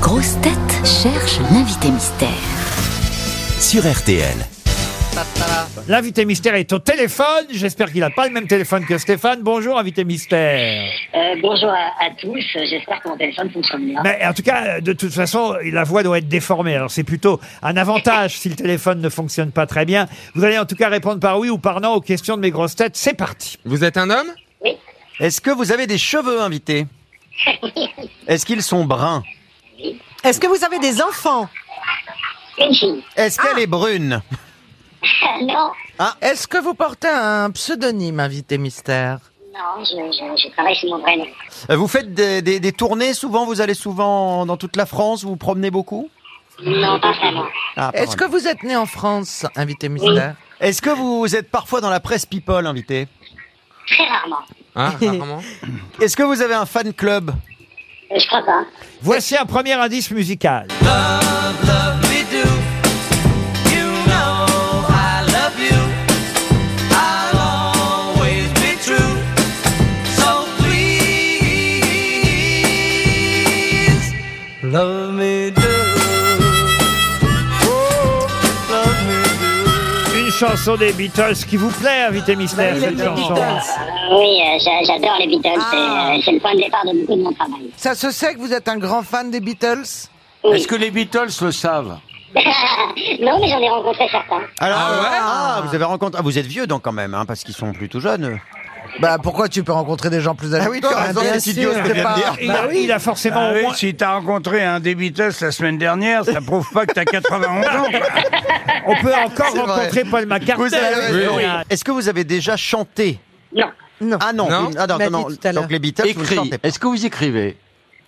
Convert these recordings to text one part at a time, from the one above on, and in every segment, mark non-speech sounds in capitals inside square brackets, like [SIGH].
grosses têtes cherchent l'invité mystère. sur RTL. L'invité mystère est au téléphone. J'espère qu'il n'a pas le même téléphone que Stéphane. Bonjour, invité mystère. Euh, bonjour à, à tous, j'espère que mon téléphone fonctionne bien. Mais en tout cas, de toute façon, la voix doit être déformée. Alors c'est plutôt un avantage si le téléphone ne fonctionne pas très bien. Vous allez en tout cas répondre par oui ou par non aux questions de mes grosses têtes. C'est parti. Vous êtes un homme Oui, Est-ce que vous avez des cheveux [LAUGHS] invités Est-ce qu'ils sont bruns Est-ce que vous avez des enfants une fille. Est-ce qu'elle est brune Ah, non, Est-ce que vous portez un pseudonyme, invité mystère non, je, je, je travaille sous mon vrai nom. Euh, Vous faites des, des- des tournées souvent Vous allez souvent dans toute la France Vous vous promenez beaucoup Non, pas vraiment. Ah, pas Est-ce que vraiment. vous êtes né en France, invité mystère Est-ce que vous êtes parfois dans la presse People invité Très rarement. Ah, rarement. Est-ce que vous avez un fan club Euh, Je crois pas. Voici un premier indice musical. Une chanson des Beatles qui vous plaît, invité mystère, cette chanson. Bah Euh, oui, euh, j'a- j'adore les Beatles, c'est, Ah. euh, c'est le point de départ de beaucoup de mon travail. Ça se sait que vous êtes un grand fan des Beatles Est-ce que les Beatles le savent non, mais j'en ai rencontré certains. Alors, Ah ouais ah, vous avez rencontré. ah, vous êtes vieux donc quand même, hein, parce qu'ils sont plutôt jeunes. eux. Bah pourquoi tu peux rencontrer des gens plus âgés Ah oui, tu as raison, bien les idiots, sûr, je c'est viens de pas- dire. Il a, il a forcément Ah au oui, moins... Si t'as rencontré un des Beatles la semaine dernière, ça prouve pas que t'as 91 ans. On peut encore C'est vrai. rencontrer Paul McCartney. Vous avez Oui, raison. oui. Est-ce que vous avez déjà chanté Non, Non. Ah non, Non. vous- ah, non, Il m'a non, dit tout à l'heure. donc les Beatles, vous ne Écrit. chantez pas. Est-ce que vous écrivez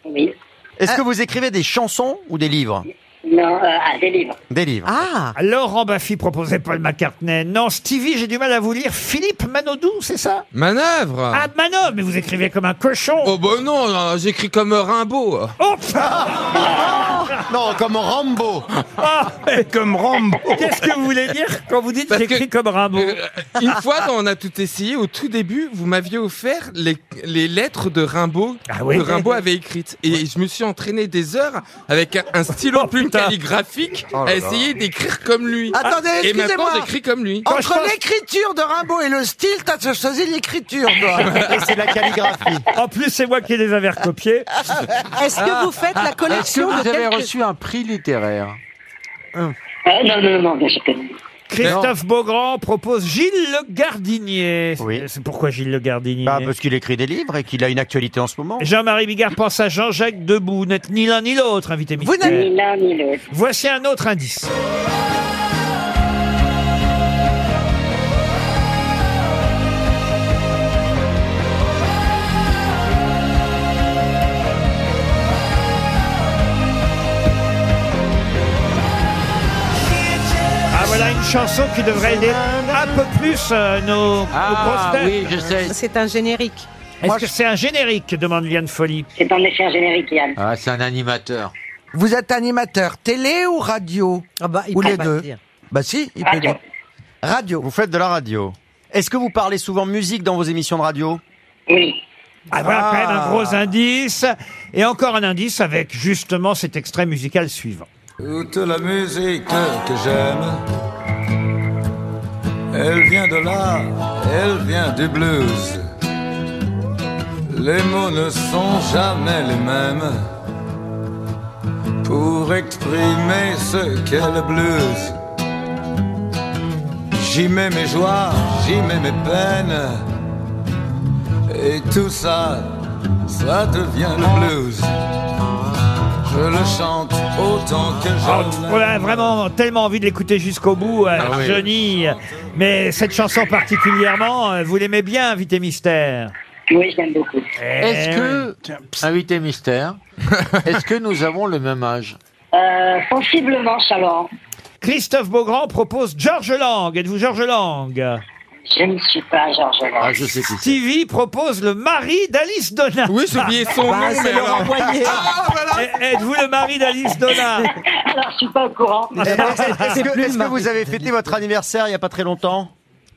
oui, Est-ce que vous écrivez des chansons ou des livres non, euh, ah, des livres. Des livres. Ah Laurent Baffy proposait Paul McCartney. Non, Stevie, j'ai du mal à vous lire. Philippe Manodou, c'est ça Manœuvre Ah, Manov, mais vous écrivez comme un cochon. Oh bah non, non, j'écris comme Rimbaud. Oh, Non, comme Rambo. ah, Comme Rambo. Qu'est-ce que vous voulez dire quand vous dites Parce j'écris que- comme Rimbaud Euh, une fois, quand on a tout essayé, au tout début, vous m'aviez offert les, les lettres de Rimbaud Ah oui. que Rimbaud avait écrites. Et je me suis entraîné des heures avec un, un stylo plume calligraphique à essayer d'écrire comme lui. Attendez, Et maintenant, Ah, excusez-moi Oh. j'écris comme lui. Quand je Entre pense- l'écriture de Rimbaud et le style, t'as choisi l'écriture, toi Et c'est de la calligraphie. En plus, c'est moi qui les avais [LAUGHS] recopiés. [LAUGHS] Est-ce que vous faites la Ah, collection de quelques... un prix littéraire Euh, non, non, non, non, bien sûr que non. Christophe Beaugrand propose Gilles Le Gardinier. C'est- Oui. C'est pourquoi Gilles Le Gardinier Bah, parce qu'il écrit des livres et qu'il a une actualité en ce moment. Jean-Marie Bigard pense à Jean-Jacques Debout. Vous N'êtes ni l'un ni l'autre, invité Vous mystère. Ni l'un ni l'autre. Voici un autre indice. Ah voilà une chanson qui devrait aider un peu plus euh, nos, nos grosses têtes. je sais. C'est un générique. Est-ce que c'est un générique demande Liane Folie. C'est en effet un générique, Yann. Ah, c'est un animateur. Vous êtes animateur télé ou radio Ah bah, il Ou peut les pas deux. dire. Bah si, il peut Radio. dire. Radio. Vous faites de la radio. Est-ce que vous parlez souvent musique dans vos émissions de radio Oui, Ah, voilà Ah. quand même un gros indice. Et encore un indice avec justement cet extrait musical suivant. Toute la musique que j'aime, elle vient de là, elle vient du blues. Les mots ne sont jamais les mêmes pour exprimer ce qu'est le blues. J'y mets mes joies, j'y mets mes peines, et tout ça, ça devient le blues. Je le chante autant que Alors, je Oh, on a vraiment tellement envie de l'écouter jusqu'au bout, euh, oui. Johnny. Mais cette chanson particulièrement, euh, vous l'aimez bien, Invité Mystère. oui, je l'aime beaucoup. Eh oui. [LAUGHS] invité mystère, est-ce que nous avons le même âge Euh, sensiblement, Chalon. Christophe Beaugrand propose George Lang. Êtes-vous George Lang Je ne suis pas Georges Lang. Ah, je sais qui. Stevie propose le mari d'Alice Donna. Oui, j'ai oublié son Bah, nom, c'est mais le alors- Ah, renvoyer. Eh, Êtes-vous le mari d'Alice Donna Alors, je suis pas au courant. Ah, Est-ce que, est-ce que Marie. vous avez fêté votre anniversaire il n'y a pas très longtemps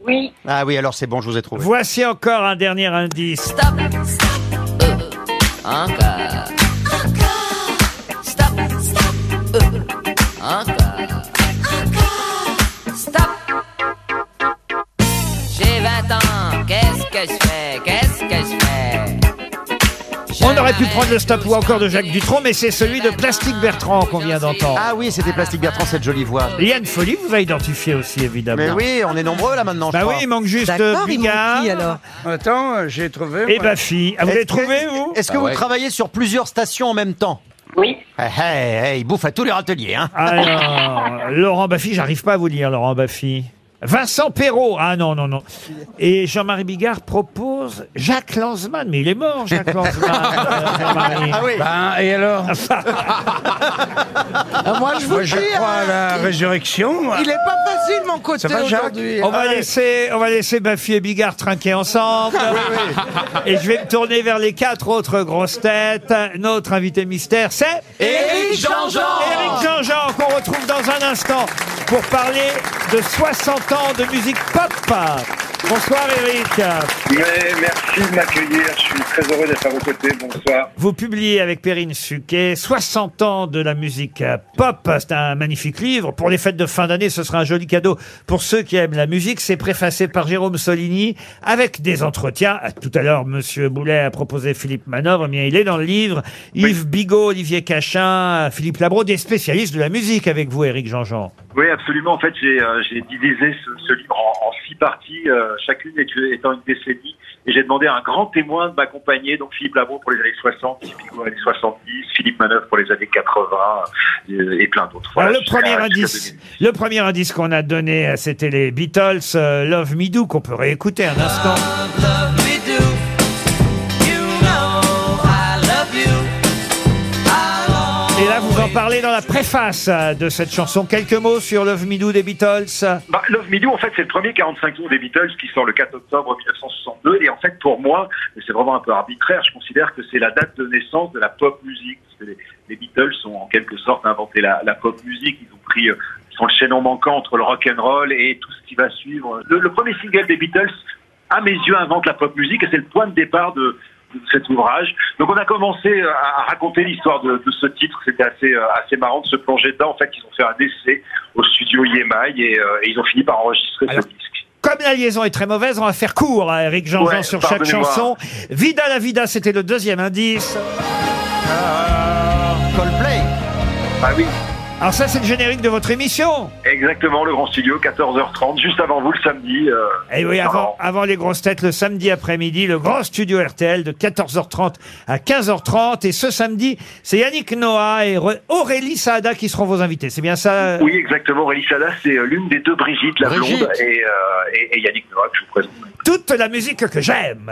Oui, Ah oui, alors c'est bon, je vous ai trouvé. Voici encore un dernier indice. Stop, J'aurais pu prendre le stop ou encore de Jacques Dutronc, mais c'est celui de Plastique Bertrand qu'on vient d'entendre. Ah oui, c'était Plastique Bertrand, cette jolie voix. Liane Folie vous a identifié aussi, évidemment. Mais oui, on est nombreux là maintenant, je Bah oui, crois. il manque juste euh, D'accord, il manque Bigard qui alors Attends, euh, j'ai trouvé. et moi. Baffy. Ah, vous l'avez Est-ce que- trouvé, vous Est-ce que Ah vous ouais. travaillez sur plusieurs stations en même temps Oui. Eh, eh, eh, Il bouffe à tous les râteliers, hein Alors, Laurent Baffy, j'arrive pas à vous lire, Laurent Baffy. Vincent Perrault, ah non, non, non. Et Jean-Marie Bigard propose Jacques Lanzmann, mais il est mort, Jacques Lanzmann. euh, Jean-Marie. Ah oui Ben, et alors Ah, moi, je vous Moi, dis, je crois à la hein, résurrection. moi. il n'est pas facile, mon côté, Ça va, Jacques aujourd'hui. On va laisser, on va laisser Baffy et Bigard trinquer [LAUGHS] ensemble. Et je vais me tourner vers les quatre autres grosses têtes. Notre invité mystère, c'est Éric Jean-Jean Éric Jean-Jean qu'on retrouve dans un instant pour parler de 60 ans de musique pop. Bonsoir Éric. Mais merci de m'accueillir, je suis très heureux d'être à vos côtés, bonsoir. Vous publiez avec Perrine Suquet 60 ans de la musique euh, pop. C'est un magnifique livre. Pour les fêtes de fin d'année, ce sera un joli cadeau pour ceux qui aiment la musique. C'est préfacé par Jérôme Soligny avec des entretiens. Ah, Tout à l'heure, Monsieur Boulet a proposé Philippe Manœuvre. Eh Bien, il est dans le livre. Yves Bigot, Olivier Cachin, euh, Philippe Labro, des spécialistes de la musique avec vous, Éric Jean-Jean. Oui, absolument, en fait j'ai euh, j'ai divisé ce, ce livre en, en six parties, euh, chacune est- étant une décennie, et j'ai demandé à un grand témoin de m'accompagner, donc Philippe Labro pour les années 60, Yves Bigot années 70, Philippe Manœuvre pour les années 80, euh, et plein d'autres. Voilà, Alors, le jusqu'à- premier jusqu'à indice, 2000. le premier indice qu'on a donné, euh, c'était les Beatles, euh, Love Me Do, qu'on peut réécouter un instant. Et là, vous en parlez dans la préface euh, de cette chanson. Quelques mots sur Love Me Do des Beatles. Bah, Love Me Do, en fait, c'est le premier 45 tours des Beatles qui sort le 4 octobre 1962. Et en fait, pour moi, mais c'est vraiment un peu arbitraire, je considère que c'est la date de naissance de la pop musique. Parce que Les, les Beatles ont en quelque sorte inventé la, la pop musique. Ils ont pris, euh, ils sont le chaînon manquant entre le rock and roll et tout ce qui va suivre. Le, le premier single des Beatles, à mes yeux, invente la pop musique et c'est le point de départ de, de cet ouvrage. Donc on a commencé à, à raconter l'histoire de, de ce titre, c'était assez, euh, assez marrant de se plonger dedans. En fait, ils ont fait un essai au studio EMI et, euh, et ils ont fini par enregistrer Alors, ce disque. Comme la liaison est très mauvaise, on va faire court à Eric Jean-Jean Ouais, sur chaque pardonnez-moi. chanson. Vida la vida, c'était le deuxième indice. Coldplay Ah oui, Alors ça, c'est le générique de votre émission. exactement, le grand studio, 14h30, juste avant vous le samedi. euh, Et Eh oui, avant, marrant. avant les grosses têtes, le samedi après-midi, le grand studio RTL de 14h30 à 15h30. Et ce samedi, c'est Yannick Noah et Re- Aurélie Saada qui seront vos invités. C'est bien ça euh, Oui, exactement, Aurélie Sada, c'est euh, l'une des deux Brigitte, la Brigitte. blonde, et, euh, et- et Yannick Noah que je vous présente. Toute la musique que j'aime.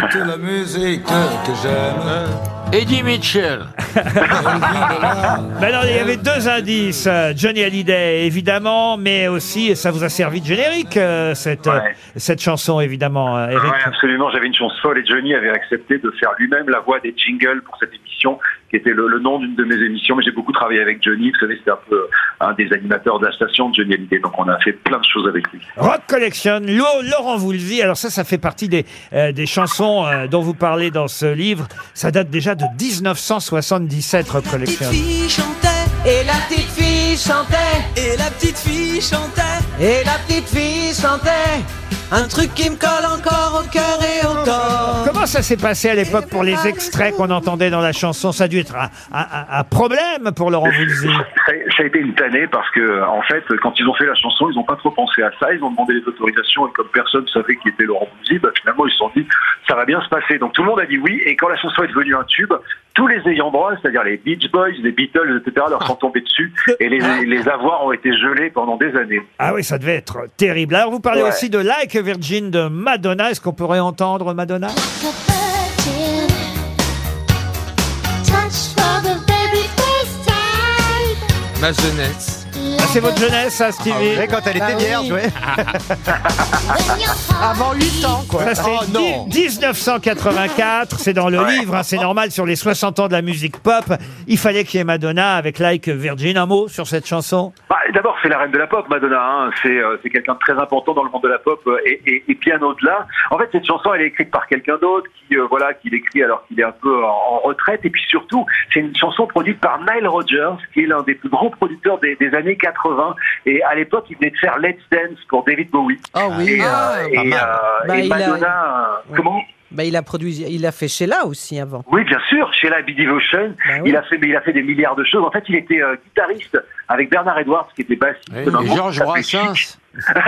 Toute la musique que j'aime, Eddie Mitchell. elle vient de là. Ben alors, il y avait deux indices. euh, Johnny Hallyday, évidemment, mais aussi, et ça vous a servi de générique, euh, cette, euh, Ouais. cette chanson, évidemment, euh, Eric. Ah Ouais, absolument. J'avais une chance folle et Johnny avait accepté de faire lui-même la voix des jingles pour cette émission, qui était le, le nom d'une de mes émissions. Mais j'ai beaucoup travaillé avec Johnny. Vous savez, c'était un peu euh, un des animateurs de la station de Johnny Hallyday. Donc on a fait plein de choses avec lui. Rock Collection, Lo- Laurent Voulzy. Alors ça, ça fait partie des, euh, des chansons euh, dont vous parlez dans ce livre. Ça date déjà de 1977, Rock Collection. fille chantait, et la petite fille chantait, et la petite fille chantait, et la petite fille chantait. Un truc qui me colle encore au cœur et au corps. Comment ça s'est passé à l'époque pour les extraits qu'on entendait dans la chanson Ça a dû être un, un- un problème pour Laurent Voulzy. Ça, ça a été une tannée parce que, euh, en fait, quand ils ont fait la chanson, ils n'ont pas trop pensé à ça. Ils ont demandé les autorisations et comme personne ne savait qui était Laurent Bouzy, bah, finalement, ils se sont dit, ça va bien se passer. Donc tout le monde a dit oui. Et quand la chanson est devenue un tube, tous les ayants droit, c'est-à-dire les Beach Boys, les Beatles, etc., leur sont tombés dessus et les, les avoirs ont été gelés pendant des années. Ah oui, ça devait être terrible. Alors vous parlez Ouais. aussi de Like a Virgin de Madonna. Est-ce qu'on pourrait entendre Madonna Ma jeunesse. Ah, C'est votre jeunesse, ça, Stevie Et quand Ah elle était oui. vierge, ouais. Avant 8 ans, quoi. Ça, c'est Ah, Oh, non. dix- 1984, c'est dans le livre, hein, c'est normal, sur les 60 ans de la musique pop. Il fallait qu'il y ait Madonna avec Like a Virgin. Un mot sur cette chanson Bah, D'abord, c'est la reine de la pop, Madonna. hein. C'est euh, c'est quelqu'un de très important dans le monde de la pop euh, et, et- et bien au-delà. En fait, cette chanson, elle est écrite par quelqu'un d'autre qui euh, voilà, qui l'écrit alors qu'il est un peu en, en retraite. Et puis surtout, c'est une chanson produite par Nile Rodgers, qui est l'un des plus grands producteurs des, des années 80. Et à l'époque, il venait de faire Let's Dance pour David Bowie. Ah oui. Et, euh, Ah, et, mal. euh, Bah, et il a- Madonna, euh, comment Bah, il a produit, il a fait Sheila aussi avant. Oui, bien sûr, chez la Bee Devotion, Bah oui. il, a fait, mais il a fait des milliards de choses. En fait, il était euh, guitariste avec Bernard Edwards, qui était bassiste. Oui, dans un et groupe Georges qui s'appelait Brassens. Chic. Mais non,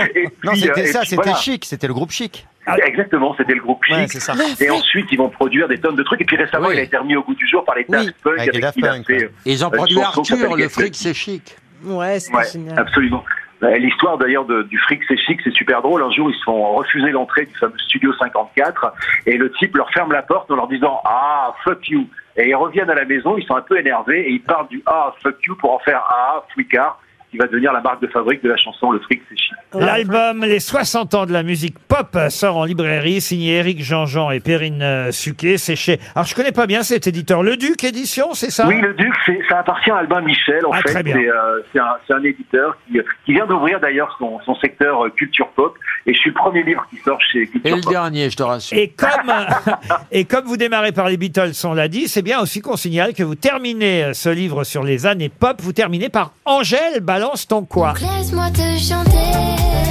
Ah, Et non puis, euh, c'était et ça, puis c'était voilà. Ah, chic, c'était le groupe chic. Exactement, c'était le groupe Chic. Ouais, c'est ça. Et ensuite, ils vont produire des tonnes de trucs. Et puis récemment, il a été remis au goût du jour par les Daft Oui, Punk. avec les Daft qui il a Punk, fait, ouais. euh, Ils ont une produit chanson qui Arthur, s'appelle le Get fric Lucky. c'est chic. Ouais, c'était Ouais, génial. absolument. Euh, L'histoire d'ailleurs de- du fric c'est chic, c'est super drôle. Un jour, ils se font refuser l'entrée du fameux studio 54 et le type leur ferme la porte en leur disant Ah, fuck you. Et ils reviennent à la maison, ils sont un peu énervés et ils parlent du Ah, fuck you pour en faire Ah, flicard, qui va devenir la marque de fabrique de la chanson Le fric c'est chic. L'album Les 60 ans de la musique pop sort en librairie, signé Éric Jean-Jean et Perrine euh, Suquet. C'est chez. Alors, je connais pas bien cet éditeur. Le Duc Édition, c'est ça Oui, le Duc, c'est- ça appartient à Albin Michel, en Ah, fait. très bien. C'est euh, c'est un, c'est un éditeur qui, qui vient d'ouvrir d'ailleurs son, son secteur euh, culture pop. Et je suis le premier livre qui sort chez Culture Et le Pop. dernier, je te rassure. Et comme, [LAUGHS] et comme vous démarrez par les Beatles, on l'a dit, c'est bien aussi qu'on signale que vous terminez euh, ce livre sur les années pop, vous terminez par Angèle, balance ton quoi Laisse-moi te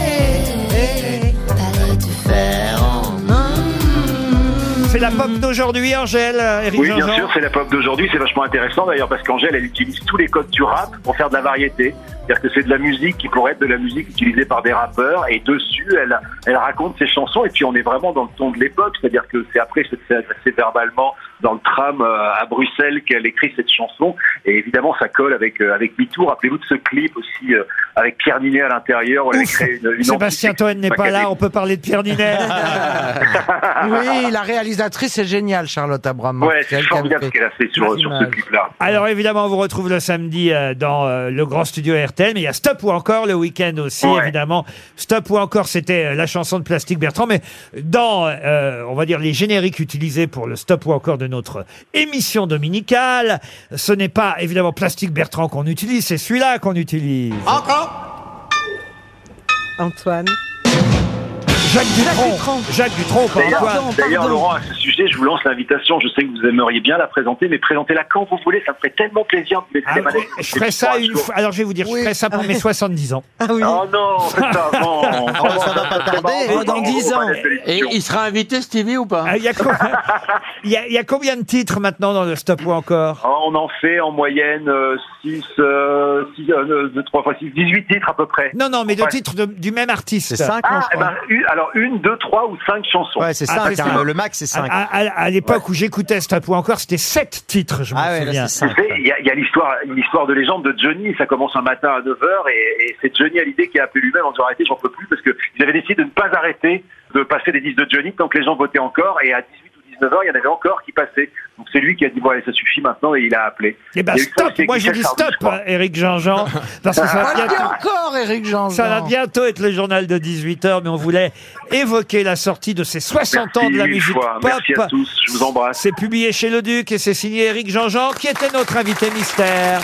chanter. Parler de fer en C'est la pop d'aujourd'hui, Angèle, euh, Éric Oui, bien Jean-Jean sûr, c'est la pop d'aujourd'hui. C'est vachement intéressant d'ailleurs parce qu'Angèle, elle utilise tous les codes du rap pour faire de la variété. C'est-à-dire que c'est de la musique qui pourrait être de la musique utilisée par des rappeurs et dessus, elle, elle raconte ses chansons et puis on est vraiment dans le ton de l'époque. C'est-à-dire que c'est après, c'est- c'est c'est verbalement dans le tram euh, à Bruxelles qu'elle écrit cette chanson et évidemment ça colle avec euh, avec MeToo. Rappelez-vous de ce clip aussi euh, avec Pierre Ninet à l'intérieur. où elle Ouf. crée une- une Sébastien entité- Toen n'est pas là, on peut parler de Pierre [LAUGHS] Ninet. Ah, Oui, la réalisatrice est géniale, Charlotte Abramoff. Ouais, c'est elle qui a formidable fait ce qu'elle a fait sur, les sur ce images. clip-là. Alors évidemment, on vous retrouve le samedi euh, dans euh, le grand studio RTL, mais il y a Stop ou encore le week-end aussi, Ouais. évidemment. Stop ou encore, c'était euh, la chanson de Plastique Bertrand, mais dans, euh, on va dire, les génériques utilisés pour le Stop ou encore de notre émission dominicale, ce n'est pas évidemment Plastique Bertrand qu'on utilise, c'est celui-là qu'on utilise. Encore Antoine. Jacques Dutronc. Jacques Dutronc, pas D'ailleurs, Antoine. d'ailleurs, Laurent, à ce sujet, je vous lance l'invitation. Je sais que vous aimeriez bien la présenter, mais présentez-la quand vous voulez. Ça me ferait tellement plaisir de vous Ah, laisser ma- je ferai ça une fois. Alors je vais vous dire, je ferai ça pour mes 70 ans. Ah oui. Oh non, faites ça avant. dans 10 ans. Et il sera invité, Stevie, ou pas Ah, Il y, a co- il y a- il y a combien de titres maintenant dans le Stop ou encore Ah, On en fait en moyenne euh, 6, 3 euh, fois 6, 18 titres à peu près. Non, non, mais de Ouais. titres de- du même artiste. C'est cinq, Ah, non, je eh crois. ben, une- alors une, deux, trois ou cinq chansons. Ouais, c'est cinq, hein, le max, c'est cinq. À, à- à l'époque où j'écoutais Stop ou encore, c'était sept titres, Ah je me souviens. Vous savez, il y a, il y a l'histoire, une histoire de légende de Johnny. Ça commence un matin à 9h et, et c'est Johnny Hallyday qui a appelé lui-même en disant arrêtez, j'en peux plus parce qu'ils avaient décidé de ne pas arrêter de passer les disques de Johnny tant que les gens votaient encore et à 18 ou 19h, il y en avait encore qui passaient. Donc c'est lui qui a dit bon, allez, ça suffit maintenant et il a appelé. Eh ben Il y a eu ça stop, aussi avec moi j'ai dit Michel Sardou, stop, je crois. Eric Jean-Jean, parce que ça va, Ah, il y a bientôt, encore Eric Jean. ça va bientôt être le journal de 18h, mais on voulait évoquer la sortie de ces 60 ans de la Merci mille musique fois. pop. Merci à tous, je vous embrasse. C'est publié chez Le Duc et c'est signé Eric Jean-Jean, qui était notre invité mystère.